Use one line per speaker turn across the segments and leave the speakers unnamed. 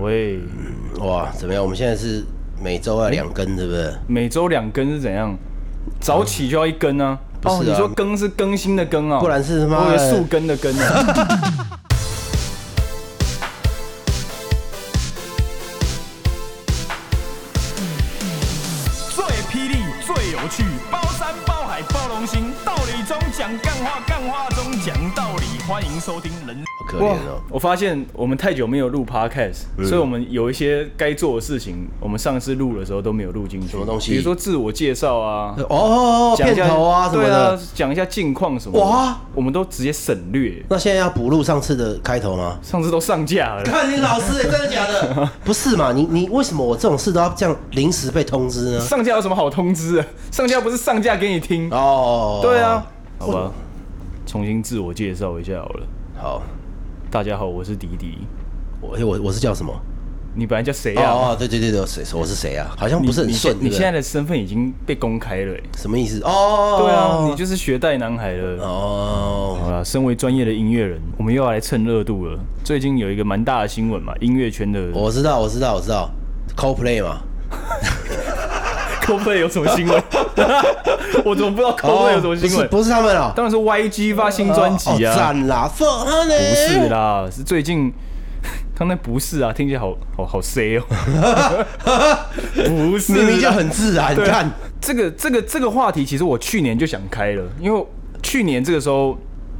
喂，
哇，怎么样？我们现在是每周要两更，是不是？
每周两更是怎样？早起就要一更啊？
不是啊
哦，你说更是更新的更啊、
不然是他妈
我以为
的
树根的根呢、啊
最霹雳、最有趣，包山包海包龙星，道理中讲干话，干话中讲道理。欢迎收听人
好可怜哦。
我发现我们太久没有录 podcast，、所以
嗯
我们有一些该做的事情，我们上次录的时候都没有录进去。什
么东西
比如说自我介绍啊，
哦，
讲一
片
下
头啊什么
对
的
啊。，讲一下近况什么的。
哇
我们都直接省略，
那现在要补录上次的开头吗？
上次都上架了。
看你老师、真的假的？ 不是嘛？你你为什么我这种事都要这样临时被通知 呢？
上架有什么好通知啊？上架不是上架给你听？
哦，
对啊，好
我
吧，重新自我介绍一下好了。
哦好，
大家好，我是迪迪。
我哎我我是叫什么？
你本来叫谁啊？
哦哦，对对对对，谁我是谁啊？好像
你
不是很
你
顺，
你
对不对
现在的身份已经被公开了、欸。
什么意思？哦，
对啊，你就是学带男孩了。
哦，
好啦，身为专业的音乐人，我们又要来蹭热度了。最近有一个蛮大的新闻嘛，音乐圈的
我知道，我知道，我知道，CoPlay 嘛。
Coldplay 有什么新闻？ 我怎么不知道 Coldplay 有什么新
哦
闻？
不是不是他们啊，
当然是 YG 发新专辑
哦
啊。
赞啦，放他呢？
不是啦，是最近。 刚才不是啊，听起来好好好 C 哦。 不是啦，
明明就很自然，
对
看，
这个这个这个话题，其实我去年就想开了，因为去年这个时候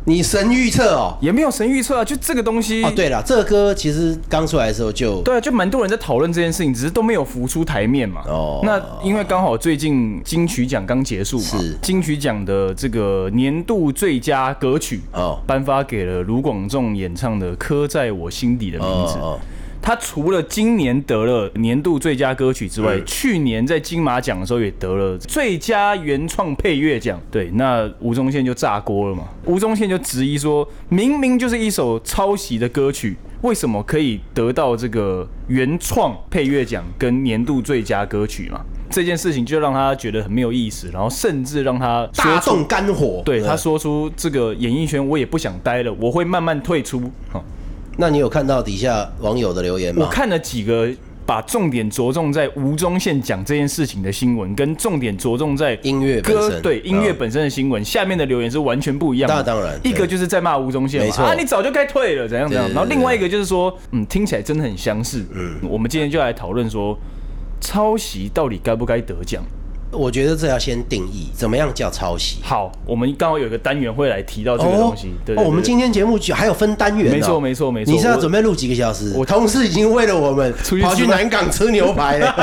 你神预测哦。
也没有神预测啊，就这个东西，
哦，对了，这个歌其实刚出来的时候就
对啊，就蛮多人在讨论这件事情，只是都没有浮出台面嘛。
哦
那因为刚好最近金曲奖刚结束嘛
是，
金曲奖的这个年度最佳歌曲
哦
颁发给了卢广仲演唱的《刻在我心底的名字》
哦哦
他除了今年得了年度最佳歌曲之外，去年在金马奖的时候也得了最佳原创配乐奖。对，那吴宗宪就炸锅了嘛？吴宗宪就质疑说，明明就是一首抄袭的歌曲，为什么可以得到这个原创配乐奖跟年度最佳歌曲嘛？这件事情就让他觉得很没有意思，然后甚至让他说
大众肝火。
对他
嗯，
说出这个演艺圈我也不想待了，我会慢慢退出。哦
那你有看到底下网友的留言
我
吗？
看了几个把重点着重在吴宗宪讲这件事情的新闻，跟重点着重在
音乐本
歌
身
对音乐
嗯
本身的新闻，下面的留言是完全不一样的。
那当然
一个
对
就是在骂吴宗宪嘛，
没错
啊，你早就该退了，怎样怎样。
对对
然后
对
另外一个就是说，嗯，听起来真的很相似。嗯，我们今天就来讨论说，抄袭到底该不该得奖？
我觉得这要先定义，怎么样叫抄袭？
好，我们刚好有一个单元会来提到这个东西。对对
哦，我们
对
今天节目就还有分单元哦，
没错没错没错
你是要
我
准备录几个小时？
我
我同事已经为了我们
出去
跑去
吃饭
南港吃牛 排了，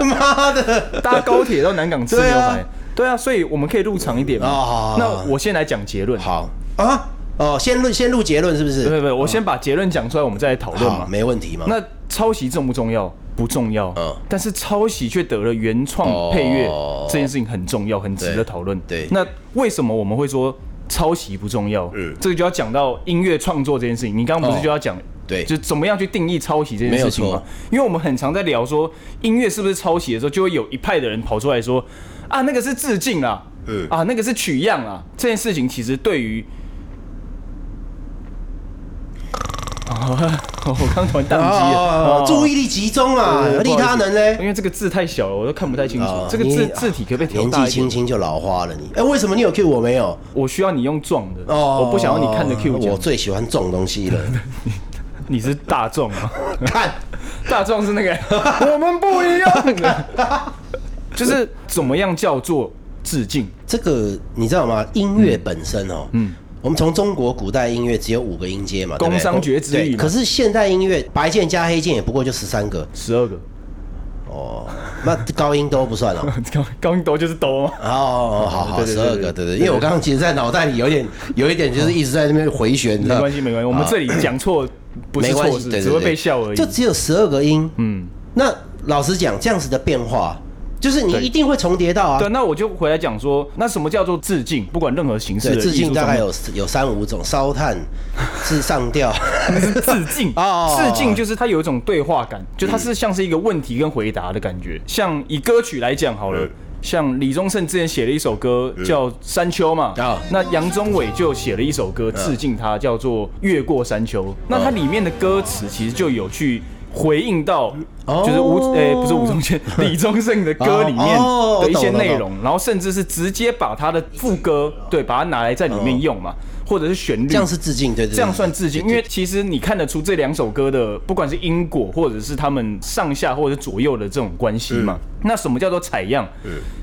妈的！
搭高铁到南港吃牛
对啊
排。对啊，所以我们可以入场一点嘛。
哦好好好
那我先来讲结论。
好啊，哦，先录先录结论是不
对
是？
对对，我先把结论讲出来，我们再来讨论
啊好，
嘛。
啊没问题嘛。
那抄袭重不重要？不重要。
嗯
但是抄袭却得了原创配乐、
哦
这件事情很重要，很值得
对
讨论。
对
那为什么我们会说抄袭不重要？
嗯
这个就要讲到音乐创作这件事情。你刚刚不是
哦
就要讲？
对
就是怎么样去定义抄袭这件事情
没有
嘛
错？
因为我们很常在聊说音乐是不是抄袭的时候，就会有一派的人跑出来说啊，那个是致敬啊，
嗯
啊，那个是取样啊。这件事情其实对于 啊，我刚突然宕机了，
哦，
啊
注意力集中啊，
对
利他能呢
因？为这个字太小了，我都看不太清楚
哦。
嗯这个
你
字字体可不可以调
年
大
纪
一
轻
点？
轻就老花了你。哎，为什么你有 Q 我没有？
我需要你用撞的，
哦，
我不想要你看着 Q
我
讲。
最喜欢重东 西了。
你是大众啊，
看，
大众是那 个我们不一样的， 就是怎么样叫做致敬？
这个你知道吗？音乐本身哦，嗯，我们从中国古代音乐只有五个音阶嘛，对不对
工商角徵羽
对
嘛
可是现代音乐白键加黑键也不过就十三个
十二个
哦，那高音都不算哦。
高高音哆就是哆嘛。
哦，好好，
对对
十
对
二
对
个，对对，
对
因为我刚刚其实，在脑袋里有点有一点，就是一直在那边回旋，
啊没关系，没关系，我们这里讲错不是
啊没关
错
系，对
事，
对
只
对
会被笑而已
就。只有十二个音，
嗯，
那老实讲，这样子的变化，就是你一定会重叠到啊
对，。那我就回来讲说，那什么叫做致敬？不管任何形式
对，
的
致
艺
敬
术
大
创
概
作
有有三五种，烧 炭是上吊，
那是致敬
哦
致敬就是它有一种对话感，就它是像是一个问题跟回答的感觉。像以歌曲来讲好
嗯
了，像李宗盛之前写了一首歌叫《山丘》嘛
啊，
那杨宗纬就写了一首歌致敬他，叫做《越过山丘》。那它里面的歌词其实就有去。回应到
哦
就是吴诶、不是吴宗 宪，李宗盛的歌里面
哦哦
的一些
懂了
内
懂了
容，然后甚至是直接把他的副歌对，把它拿来在里面用嘛，或者是旋律
这哦样是致敬，对对对，
这样算致敬，因为其实你看得出这两首歌的，不管是因果或者是他们上下或者左右的这种关系嘛。
嗯
那什么叫做采样？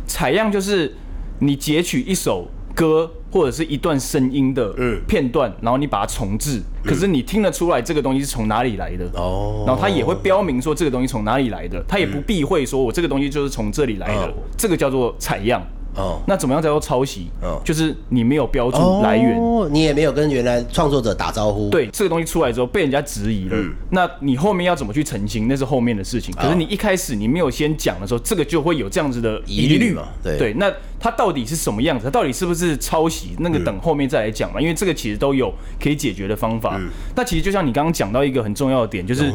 采样就是你截取一首歌或者是一段声音的
嗯
片段，然后你把它重置，可是你听得出来这个东西是从哪里来的。
哦嗯
然后他也会标明说这个东西从哪里来的，他也不避讳说我这个东西就是从这里来的
哦，
这个叫做采样。
哦
那怎么样叫做抄袭
哦？
就是你没有标注来源，
哦，你也没有跟原来创作者打招呼，，
对这个东西出来之后被人家质疑了，
嗯
那你后面要怎么去澄清，那是后面的事情。可是你一开始你没有先讲的时候，这个就会有这样子的
疑
疑
虑
虑
嘛对
那它到底是什么样子？它到底是不是抄袭？那个等后面再来讲嘛，
嗯
因为这个其实都有可以解决的方法。那其实就像你刚刚讲到一个很重要的点，就是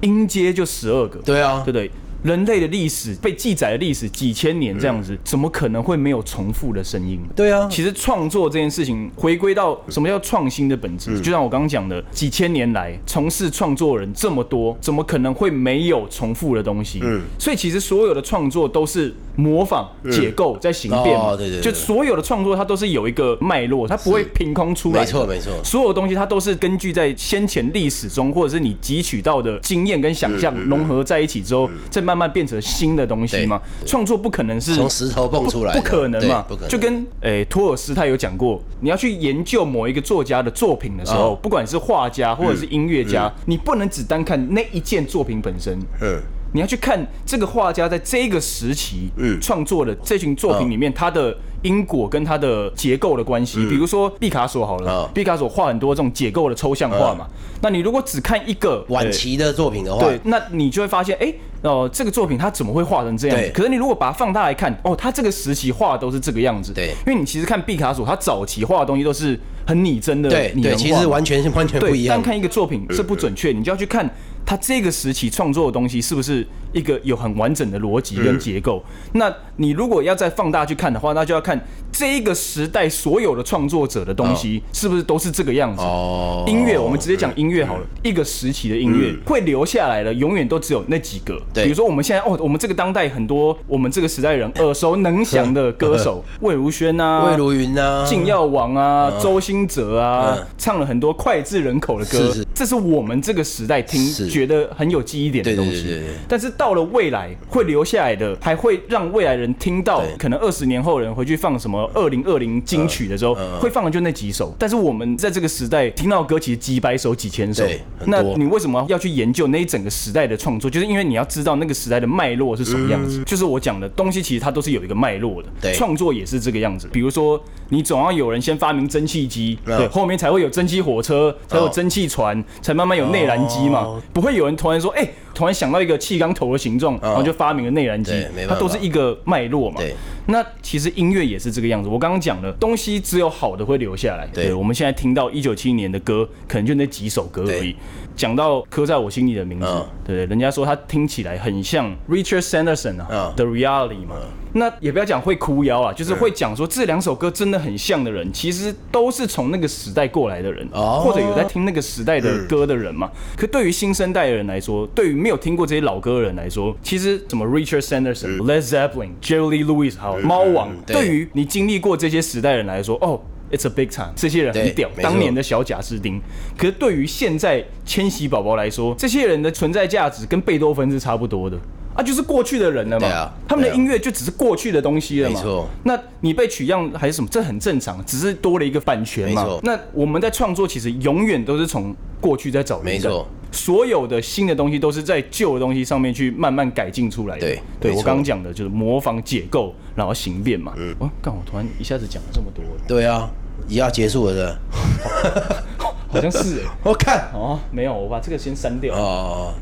音阶就十二个，
对啊
对不对？人类的历史被记载的历史几千年这样
嗯
子，怎么可能会没有重复的声音？
对啊
其实创作这件事情，回归到什么叫创新的本质，
嗯
就像我刚刚讲的，几千年来从事创作人这么多，怎么可能会没有重复的东西？
嗯
所以其实所有的创作都是模仿、解构、在形变嘛。
哦对对对
就所有的创作它都是有一个脉络，它不会凭空出来的。
没错没错
所有东西它都是根据在先前历史中，或者是你汲取到的经验跟想
嗯
象融合在一起之后，再慢慢变成新的东西嘛。创作不可能是
从石头蹦出来
不不
的
可能嘛
对不可能
就跟诶托尔斯泰有讲过，你要去研究某一个作家的作品的时候，
哦
不管是画家或者是音乐家，你不能只单看那一件作品本身。
嗯，
你要去看这个画家在这个时期
嗯
创作的这群作品里面，它的因果跟它的结构的关系。比如说毕卡索好了
嗯哦，嗯
毕卡索画很多这种解构的抽象画嘛。那你如果只看一个
晚
呃
期的作品的话，
对，那你就会发现，哎、哦、这个作品它怎么会画成这样子
对？
可是你如果把它放大来看，哦，它这个时期画的都是这个样子。
对
因为你其实看毕卡索，他早期画的东西都是很拟真的
对
拟人画
对，其实
嘛
完全是 完全
对，
不一样
单。看一个作品是不准确，你就要去看他这个时期创作的东西是不是一个有很完整的逻辑
嗯
跟结构。那你如果要再放大去看的话，那就要看这一个时代所有的创作者的东西是不是都是这个样子。
哦嗯
音乐，我们直接讲音乐好了。一个时期的音乐会留下来的，永远都只有那几个。
对
比如说我们现在哦，我们这个当代很多我们这个时代人耳熟能详 的歌手，魏如萱啊，
魏如云啊，
禁药王啊，周兴哲啊，
嗯
唱了很多脍炙人口的歌，
是是
这是我们这个时代听
是
觉得很有记忆点的
对
东
对
西。
对对对
但是到了未来会留下来的，还会让未来人听到
对，
可能二十年后人回去放什么二零二零金曲的时
嗯
候，会放的就那几首。但是我们在这个时代听到的歌其实几百首、几千首
对，很
那
多
你为什么要去研究那一整个时代的创作？就是因为你要知道那个时代的脉络是什么样子。就是我讲的东西，其实它都是有一个脉络的。
嗯对
创作也是这个样子。比如说，你总要有人先发明蒸汽机，
嗯
对，后面才会有蒸汽火车，才有
哦
蒸汽船，才慢慢有内燃机嘛
哦。
不会有人突然说，哎、突然想到一个气缸头的形状，然后就发明了内燃机
对没，
它
办法
都是一个脉络嘛。
对
那其实音乐也是这个样子。我刚刚讲了，东西只有好的会留下来。
对
我们现在听到一九七一年的歌，可能就那几首歌而已
对。
讲到刻在我心里的名字，
嗯
对，人家说他听起来很像 Richard Sanderson 啊
嗯
的 Reality 嘛。那也不要讲会哭腰啊，就是会讲说这两首歌真的很像的人，其实都是从那个时代过来的人，
哦
或者有在听那个时代的歌的人嘛。可对于新生代的人来说，对于没有听过这些老歌的人来说，其实什么 Richard Sanderson、Led Zeppelin、Jerry Lee Lewis 还有猫王，
对
对于你经历过这些时代的人来说，哦。It's a big time，这些人很
对
屌，
没错
当年的小贾斯汀。可是对于现在千禧宝宝来说，这些人的存在价值跟贝多芬是差不多的啊，就是过去的人了嘛。
对啊
他们的
对啊
音乐就只是过去的东西了嘛。
没错
那你被取样还是什么？这很正常，只是多了一个版权嘛。
没错
那我们在创作其实永远都是从过去在找灵
没
感
错。
所有的新的东西都是在旧的东西上面去慢慢改进出来的。
对
对
没
我
错
刚刚讲的就是模仿、解构，然后形变嘛。嗯，哦，干，我突然一下子讲了这么 多，
对啊，也要结束了的。
好像是欸
我看
哦，没有，我把这个先删掉。
哦，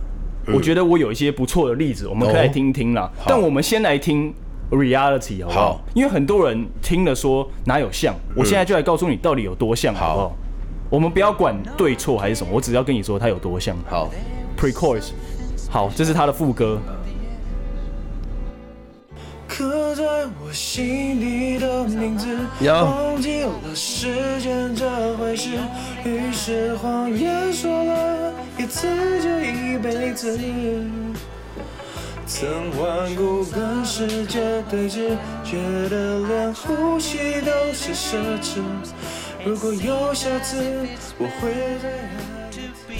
我觉得我有一些不错的例子，我们可以来听一听啦。但我们先来听 reality 好不好？
好嗯
因为很多人听了说哪有像，我现在就来告诉你到底有多像，好不好？我们不要管对错还是什么，我只要跟你说它有多像。
好，
pre-chorus，好，这是他的副歌。
刻在我心底的名字，
有
忘记了时间这回事，于是谎言说了一次就一辈子。曾顽固跟世界对峙，觉得连呼吸都是奢侈。如果有下次，我会这样。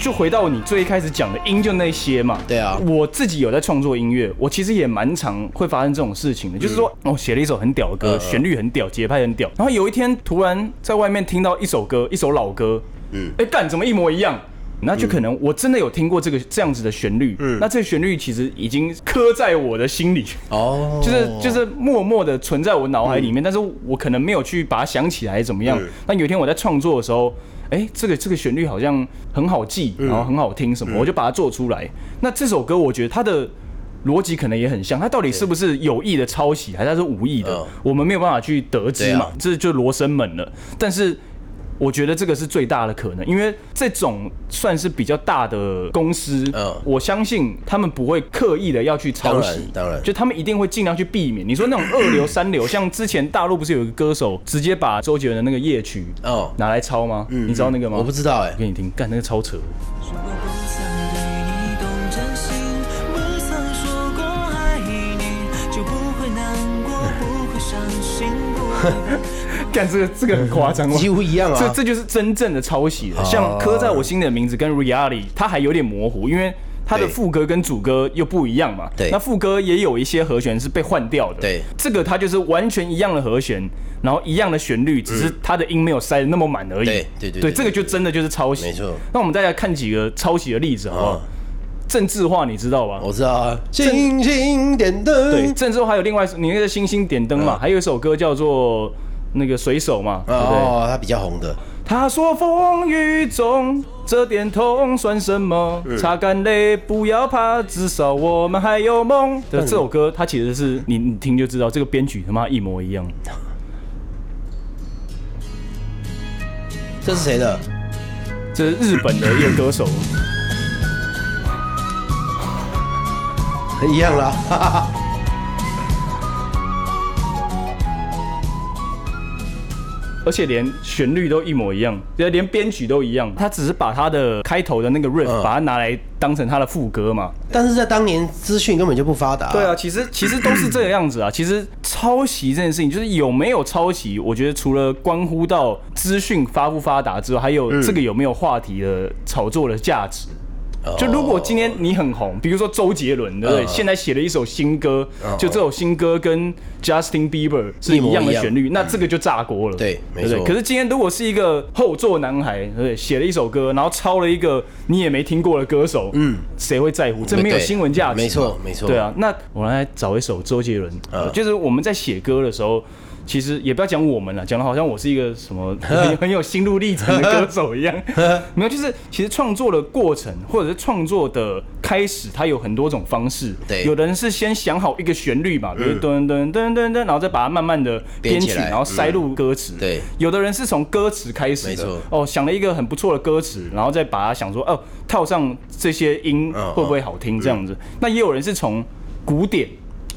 就回到你最一开始讲的音，就那些嘛。
对啊
我自己有在创作音乐，我其实也蛮常会发生这种事情的，就是说，我写了一首很屌的歌，旋律很屌，节拍很屌，然后有一天突然在外面听到一首歌，一首老歌，嗯，哎干，怎么一模一样？那就可能我真的有听过这个这样子的旋律，嗯，那这个旋律其实已经刻在我的心里，
哦，嗯
就是就是默默的存在我脑海里面，但是我可能没有去把它想起来怎么样。但有一天我在创作的时候，哎、这个这个旋律好像很好记，
嗯
然后很好听什么，我就把它做出来。那这首歌我觉得它的逻辑可能也很像，它到底是不是有意的抄袭，还是它是无意的，
嗯
我们没有办法去得知嘛，
对啊
这就罗生门了。但是。我觉得这个是最大的可能，因为这种算是比较大的公司，
嗯
我相信他们不会刻意的要去抄
当然
袭，
当然
就他们一定会尽量去避免。你说那种二流、三流，像之前大陆不是有一个歌手直接把周杰伦的那个夜曲
哦
拿来抄吗？你知道那个吗？
我不知道哎、
给你听，干那个超扯。
说过不想对你动真心，不曾说过爱你，就不会难过，不会伤心，不会
干这个这个很夸张吗？哦
几乎一样啊啊
这这就是真正的抄袭了。像刻在我心里的名字跟 Reality，它还有点模糊，因为它的
对
副歌跟主歌又不一样嘛。
对
那副歌也有一些和弦是被换掉的。
对
这个它就是完全一样的和弦，然后一样的旋律，只是它的音没有塞的那么满而已。
对对对对
对，这个就真的就是抄袭。
没错
那我们再来看几个抄袭的例子好不好
嗯？
政治化你知道吧？
我知道啊，星星点灯，
对，郑州还有另外一首你那个星星点灯
啊
嘛，还有一首歌叫做那个水手嘛，对不对？
哦，他比较红的，
他说风雨中这点痛算什么？擦干泪，不要怕，至少我们还有梦。对，这首歌它其实是你你听就知道，这个编曲他妈一模一样。
这是谁的？
这是日本的一个歌手，
一样啦， 哈哈哈
而且连旋律都一模一样，连编曲都一样。他只是把他的开头的那个 riff，、
嗯
把它拿来当成他的副歌嘛。
但是在当年资讯根本就不发达、
对啊，，其 实其实都是这个样子啊。其实抄袭这件事情，就是有没有抄袭，我觉得除了关乎到资讯发不发达之外，还
嗯
有这个有没有话题的炒作的价值。
哦
就如果今天你很红，比如说周杰伦，对不对？
嗯哦
现在写了一首新歌，就这首新歌跟 Justin Bieber 是一样的旋律，那这个就炸锅了。
对
对不对
没错
可是今天如果是一个后座男孩，对不对？写了一首歌，然后抄了一个你也没听过的歌手，嗯，谁会在乎？这没有
对
新闻价值嘛。
没错没错
对啊，那我来找一首周杰伦，呃就是我们在写歌的时候，其实也不要讲我们了，讲的好像我是一个什 么很很有心路历程的歌手一样。没有，就是其实创作的过程或者是创作的开始，它有很多种方式。
对嗯
有的人是先想好一个旋律嘛，比如噔噔噔噔噔，然后再把它慢慢的编
编起
曲，
来嗯
然后塞入歌词。
对
有的人是从歌词开始
没
的
错，
哦，想了一个很不错的歌词，然后再把它想说，哦，套上这些音
嗯
会不会好听这样子？那也有人是从鼓点，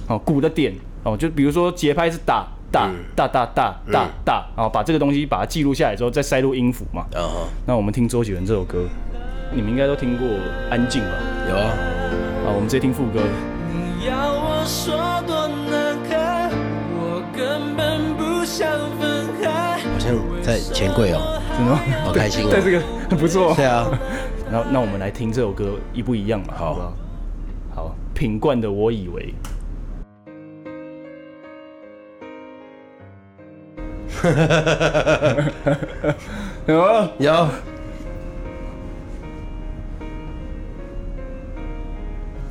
哦，鼓的点，哦，就比如说节拍是打打
嗯
打打打打打，然后哦把这个东西把它记录下来之后，再塞入音符嘛。
啊哈、
那我们听周杰伦这首歌，你们应该都听过《安静》吧？
有啊，
啊，我们直接听副歌。
你要我说多难堪，我根本不想分开。
好像在钱柜哦，
真的吗？，
好开心 哦
但这个很不错。
对啊，
然后，那我们来听这首歌一不一样嘛？
好
不好，好，品冠的《我以 为》。有
有，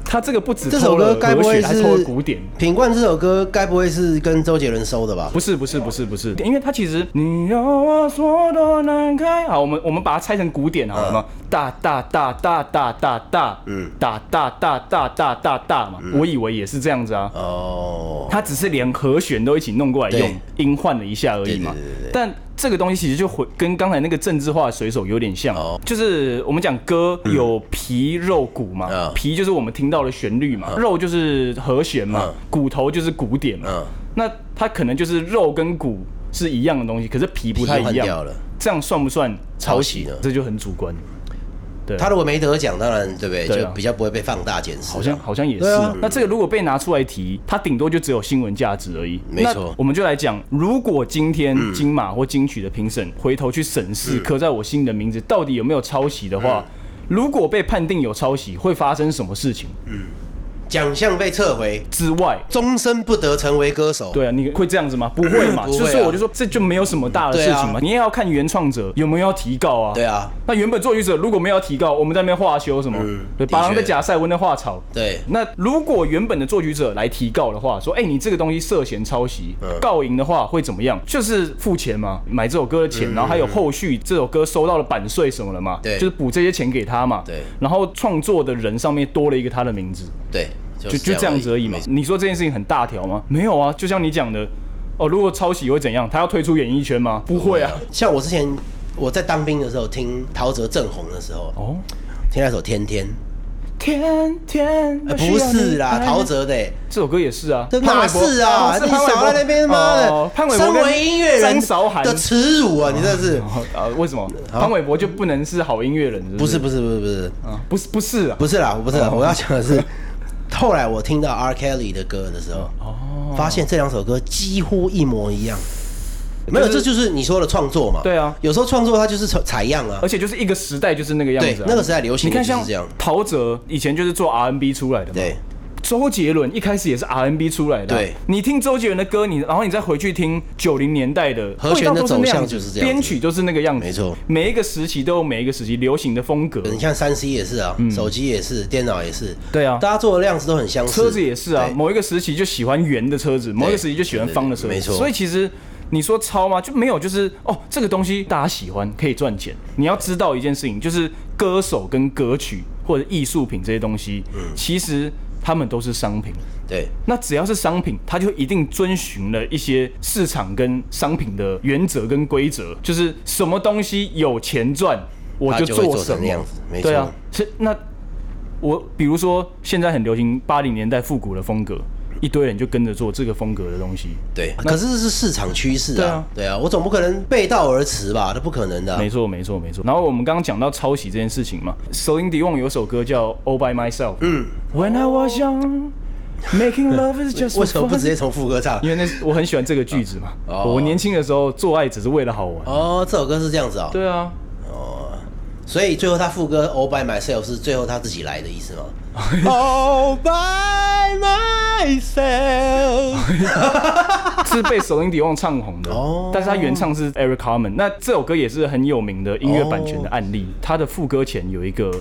他这个不止
这
偷
首
了
歌该不
和
会
弦还偷了
是
古典？
品冠这首歌该不会是跟周杰伦收的吧？
不是不是不是不是，因为它其实你要我说多难开，好，我们我们把它拆成鼓点
嗯
好了吗？大大大大大大大，嗯，大大大大大大大嘛，
嗯
我以为也是这样子啊，
哦，
它只是连和弦都一起弄过来用
对，
音换了一下而已嘛
对对对对。
但这个东西其实就回跟刚才那个政治化的水手有点像
哦，
就是我们讲歌有皮肉骨嘛
嗯，
皮就是我们听到的旋律嘛，肉就是和弦嘛
嗯，
骨头就是鼓点嘛
嗯。
那它可能就是肉跟骨是一样的东西，可是皮不太
皮换
一样。
掉了
这样算不算抄袭
抄袭呢
这就很主观，对
他如果没得奖，当然对不对？
对啊
就比较不会被放大检视啊。
好像好像也是。
对啊
那这个如果被拿出来提，它顶多就只有新闻价值而已。
没错嗯
那我们就来讲，如果今天金马或金曲的评审回头去审视刻在我心里的名字到底有没有抄袭的话，
嗯
如果被判定有抄袭，会发生什么事情
奖项被撤回，
之外？
终身不得成为歌手。
对啊，你会这样子吗？不会嘛，
不会啊
所以说我就说这就没有什么大的事情嘛。
对啊
你也要看原创者有没有要提告啊。
对啊，
那原本作曲者如果没有要提告，我们在那边画修什么？对，
嗯的确
把郎的假赛文的画草。
对
那如果原本的作曲者来提告的话，说，哎、你这个东西涉嫌抄袭，
嗯
告赢的话会怎么样？就是付钱嘛，买这首歌的钱，然后还有后续这首歌收到了版税什么的嘛，
嗯对
就是补这些钱给他嘛。
对
然后创作的人上面多了一个他的名字。
对，
就就这样子而已嘛
没。错
你说这件事情很大条吗？没有啊，就像你讲的，哦，如果抄袭会怎样？他要退出演艺圈吗？不会啊。
像我之前我在当兵的时候听陶喆正红的时候，
哦，
听那首《天天》
天天、
呃，不是啦，陶喆的欸，
这首歌也是啊，
这
潘
哪
玮柏
是啊？
哦
你
潘玮柏
少在那边妈
哦
的，
潘玮柏
身
跟
为音乐人
张韶涵
的耻辱啊！你这是
哦啊？为什么潘玮柏就不能是好音乐人？
不是
不
不是不是不是
啊，不是不是啊，
不是啦，我不是啦，我要讲的是，后来我听到 R Kelly 的歌的时候，
哦
发现这两首歌几乎一模一样。没有，
就是
这就是你说的创作嘛。
对啊
有时候创作它就是采采样啊
而。且就是一个时代就是那个样子、啊
对，那个时代流行
你看
就是
像
这样
陶喆以前就是做 R&B 出来的嘛，
对，
周杰伦一开始也是 R&B 出来的啊、
对
你听周杰伦的歌，你然后你再回去听九零年代的
和弦的
味道都是那
走
样
向
子
就是这样子
编曲都是那个样子，
没错
每一个时期都有每一个时期流行的风格，
你像三 C 也是啊，手机也是，电脑也是。
嗯对啊
大家做的量子都很相似。
车子也是啊，
对
某一个时期就喜欢圆的车子，某一个时期就喜欢方的车子，
对对对没错
所以其实你说抄吗？就没有，就是哦，这个东西大家喜欢可以赚钱。你要知道一件事情，就是歌手跟歌曲或者艺术品这些东西，
嗯
其实他们都是商品。
对
那只要是商品，它就一定遵循了一些市场跟商品的原则跟规则，就是什么东西有钱赚，我
它就会
做
做
什
成
么
那样子没
对啊
错，
是那我比如说现在很流行八零年代复古的风格，一堆人就跟着做这个风格的东西。
对，可是这是市场趋势
对啊
啊。对啊，我总不可能背道而驰吧？这不可能的啊。
没错，没错，没错。然后我们刚刚讲到抄袭这件事情嘛，Celine Dion 有首歌叫《All by Myself》。嗯，When I was young, making love is just
为什么
for
不
fun
直接从副歌唱
因？为那是我很喜欢这个句子嘛。我年轻的时候做爱只是为了好玩。
哦，这首歌是这样子哦。
对啊，
所以最后他副歌 All by myself 是最后他自己来的 意思吗？All by myself，
是被 Celine Dion 唱红的
哦，
但是他原唱是 Eric Carmen。那这首歌也是很有名的音乐版权的案例，
哦
它的副歌前有一个。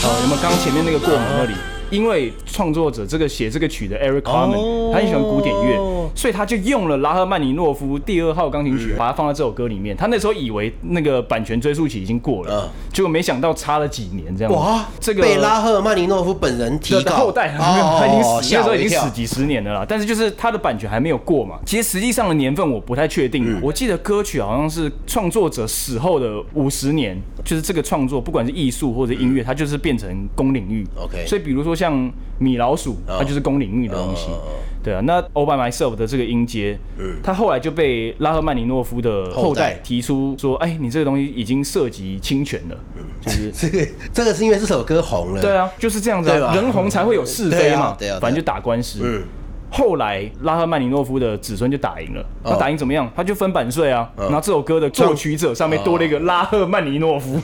好，有没有刚前面那个过门那里？
哦
因为创作者这个写这个曲的 Eric Carmen，、
哦
他很喜欢古典乐，所以他就用了拉赫曼尼诺夫第二号钢琴
嗯
曲，把它放到这首歌里面。他那时候以为那个版权追溯期已经过了
嗯，
结果没想到差了几年这样。
哇，
这个
被拉赫曼尼诺夫本人提
的
告
后代，他已经死，
哦
那，时
吓
候
我
已
一
经
跳
死。几十年了啦。但是就是他的版权还没有过嘛。其实实际上的年份我不太确定，
嗯
我记得歌曲好像是创作者死后的五十年，就是这个创作不管是艺术或者音乐，它就是变成公领域。
嗯 OK 哦
所以比如说像米老鼠，它就是公领域的东西
哦哦哦。嗯
对啊，那《All by Myself》的这个音阶，它后来就被拉赫曼尼诺夫的后
后代
代提出说，哎，你这个东西已经涉及侵权了，
嗯
就是
这个这个是因为这首歌红了，
对，啊，就是这样子、
对
啊，
吧
人红才会有是非嘛，
对啊对啊对啊
反正就打官司。
嗯
后来拉赫曼尼诺夫的子孙就打赢了，
哦
那打赢怎么样？他就分版税啊。然后这首歌的作曲者上面多了一个拉赫曼尼诺夫，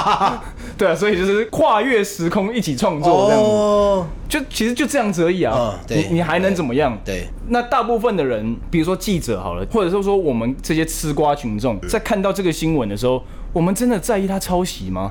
对啊，所以就是跨越时空一起创作这样子，
哦哦，
就其实就这样子而已啊
嗯。对
你你还能怎么样？
对，
那大部分的人，比如说记者好了，或者是说我们这些吃瓜群众，在看到这个新闻的时候，我们真的在意他抄袭吗？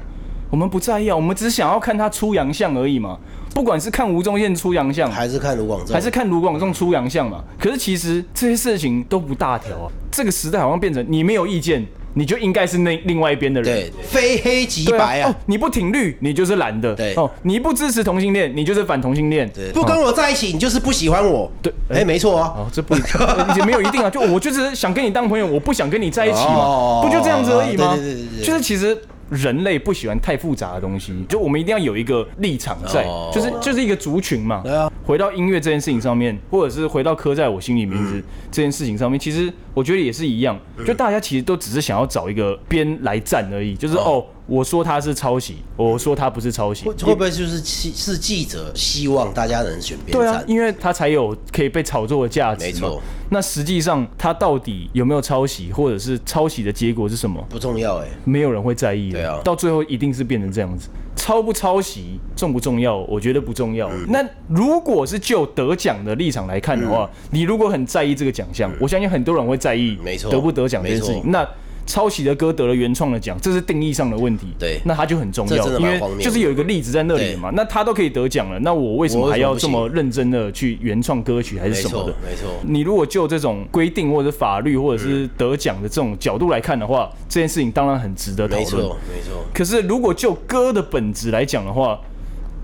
我们不在意啊，我们只想要看他出洋相而已嘛。不管是看吴宗宪出洋相，
还是看卢广仲，
还是看卢广仲出洋相嘛。可是其实这些事情都不大条啊。这个时代好像变成你没有意见，你就应该是那另外一边的人。
对，非黑即
对
白
哦
啊，，
你不挺绿，你就是蓝的。
对
哦，你不支持同性恋，你就是反同性恋。对
不跟我在一起，你就是不喜欢我。
对
哎，没错啊
哦，，这 不也没有一定啊，就我就只是想跟你当朋友，我不想跟你在一起嘛
哦，
不就这样子而已吗？
对对对对对
就是其实。人类不喜欢太复杂的东西，就我们一定要有一个立场在，
哦
就是就是一个族群嘛。
对啊
回到音乐这件事情上面，或者是回到刻在我心里名
嗯
字这件事情上面，其实我觉得也是一样，就大家其实都只是想要找一个边来站而已，就是哦，我说他是抄袭，我说他不是抄袭，
会会不会就是记是记者希望大家能选边
对啊
站，？
因为它才有可以被炒作的价值嘛。
没错
那实际上它到底有没有抄袭，或者是抄袭的结果是什么，
不重要哎，
没有人会在意的。
对啊
到最后一定是变成这样子。抄不抄袭重不重要？我觉得不重要。
嗯
那如果是就得奖的立场来看的话，你如果很在意这个奖项，我相信很多人会在意，
嗯没错
得不得奖这件事情
没。错
那抄袭的歌得了原创的奖，这是定义上的问题。
对
那它就很重
这
要
真，的
因
蛮
为
荒谬的
就是有一个例子在那里
对
嘛。那他都可以得奖了，那我为什么还要这
我
么
为什么不
认真的去原创歌曲还是
没
什么
错
的？嗯
没错。
你如果就这种规定或者法律或者是得奖的这种角度来看的话，这件事情当然很值得讨
没
论
错。，没错，
可是如果就歌的本质来讲的话，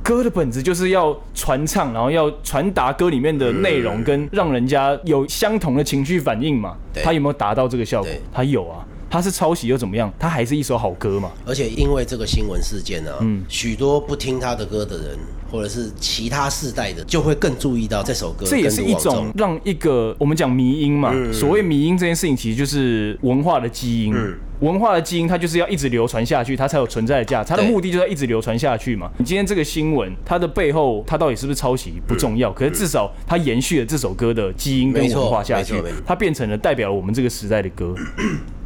歌的本质就是要传唱，然后要传达歌里面的内容，跟让人家有相同的情绪反应嘛。
对
它有没有达到这个效果
对？
它有啊。它是抄袭又怎么样？它还是一首好歌嘛。
而且因为这个新闻事件呢、啊，
嗯
许多不听他的歌的人，或者是其他世代的，就会更注意到这首歌。
这也是一种，让一个我们讲迷音嘛，
嗯
所谓迷音这件事情，其实就是文化的基因。
嗯
文化的基因，它就是要一直流传下去，它才有存在的价值。它的
对
目的就是要一直流传下去嘛。你今天这个新闻，它的背后，它到底是不是抄袭不重要，可是至少它延续了这首歌的基因跟
嗯没错
文化下去
没错没错，
它变成了代表了我们这个时代的歌。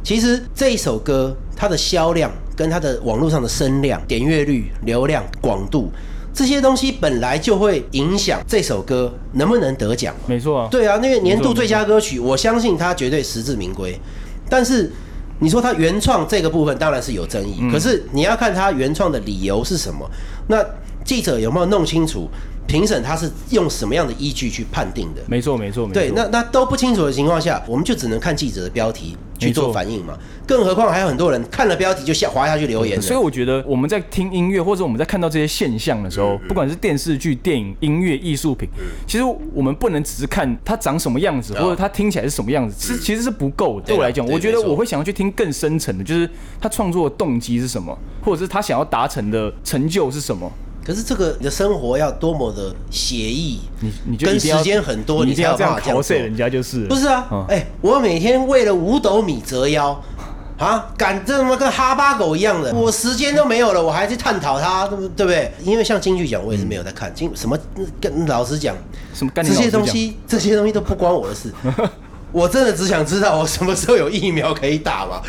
其实这一首歌它的销量跟它的网络上的声量、点阅率、流量、广度这些东西，本来就会影响这首歌能不能得奖嘛。
没错啊，
对啊，那个年度最佳歌曲，我相信它绝对实至名归。但是你说它原创这个部分当然是有争
嗯
议，可是你要看它原创的理由是什么。那记者有没有弄清楚？评审他是用什么样的依据去判定的？
没错，没错，没错。
对，那那都不清楚的情况下，我们就只能看记者的标题去
没
做
错
反应嘛。更何况还有很多人看了标题就下滑下去留言了，
所以我觉得我们在听音乐，或者我们在看到这些现象的时
嗯
候，不管是电视剧、电影、音乐、艺术品，其实我们不能只是看它长什么样子，或者它听起来是什么样子，是其实是不够的。对我来讲，
啊嗯对
我觉得
没错
我会想要去听更深层的，就是他创作的动机是什么，或者是他想要达成的成就是什么。
可是这个你的生活要多么的写意，
你你就一
跟
定要
时间很多，
你一定
才
要
有
这
办
样
法这样
考
做
碎人家就是了
不是啊，哎、
嗯
我每天为了五斗米折腰。啊，敢这么跟哈巴狗一样的，我时间都没有了，我还去探讨它，对不对不对？因为像京剧讲，我也是没有在看京什么，跟老实讲，
什么嗯干你
这
老
些
实
东
讲
西，这些东西都不关我 的事。我真的只想知道我什么时候有疫苗可以打嘛？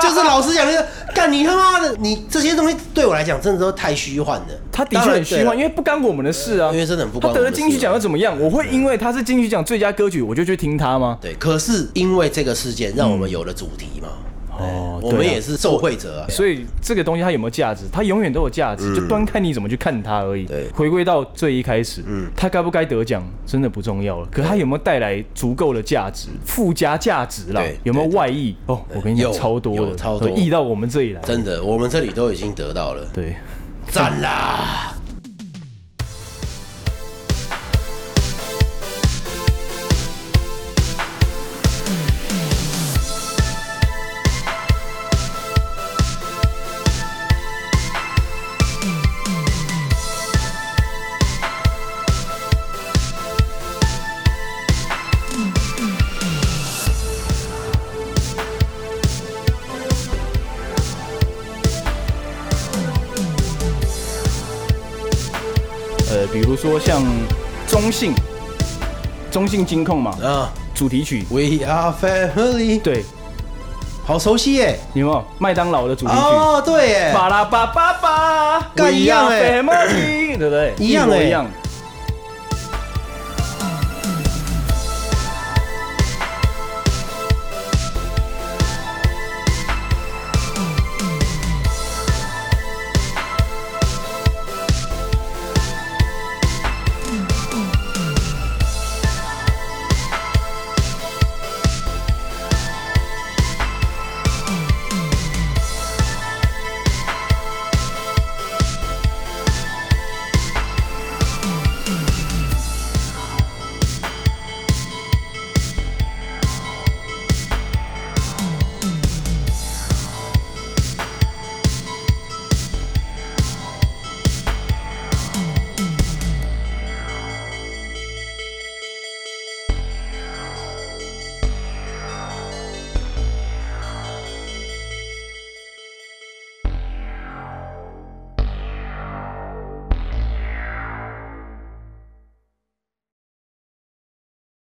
就是老实讲，就是干你他妈的，你这些东西对我来讲真的都太虚幻了。
他的
当
确
然
很虚
对啊
幻，
了
因为不干我们的事啊。
因为真的很不
他
关
得
我们
了
的事啊
金曲奖又怎么样？我会因为他是金曲奖最佳歌曲，我就去听他吗？
对，可是因为这个事件，让我们有了主题嘛。
嗯哦
我们
对啊
也是受惠者啊。
所以这个东西它有没有价值，它永远都有价值，就端看你怎么去看它而已。
嗯对嗯
回归到最一开始，它该不该得奖真的不重要了，可它有没有带来足够的价值、附加价值啦
对？
有没有外溢？哦，我跟你讲，
有
超多的，
有超多
溢到我们这里来。
真的，我们这里都已经得到了，
对，
赞啦！
呃，比如说像中信，中信金控嘛，
啊
主题曲，
，We are family，
对，
好熟悉耶！
有没有麦当劳的主题曲？
哦，对耶，
巴拉巴巴巴，
干一样欸
哎，对不对？
一样
模
欸
一样。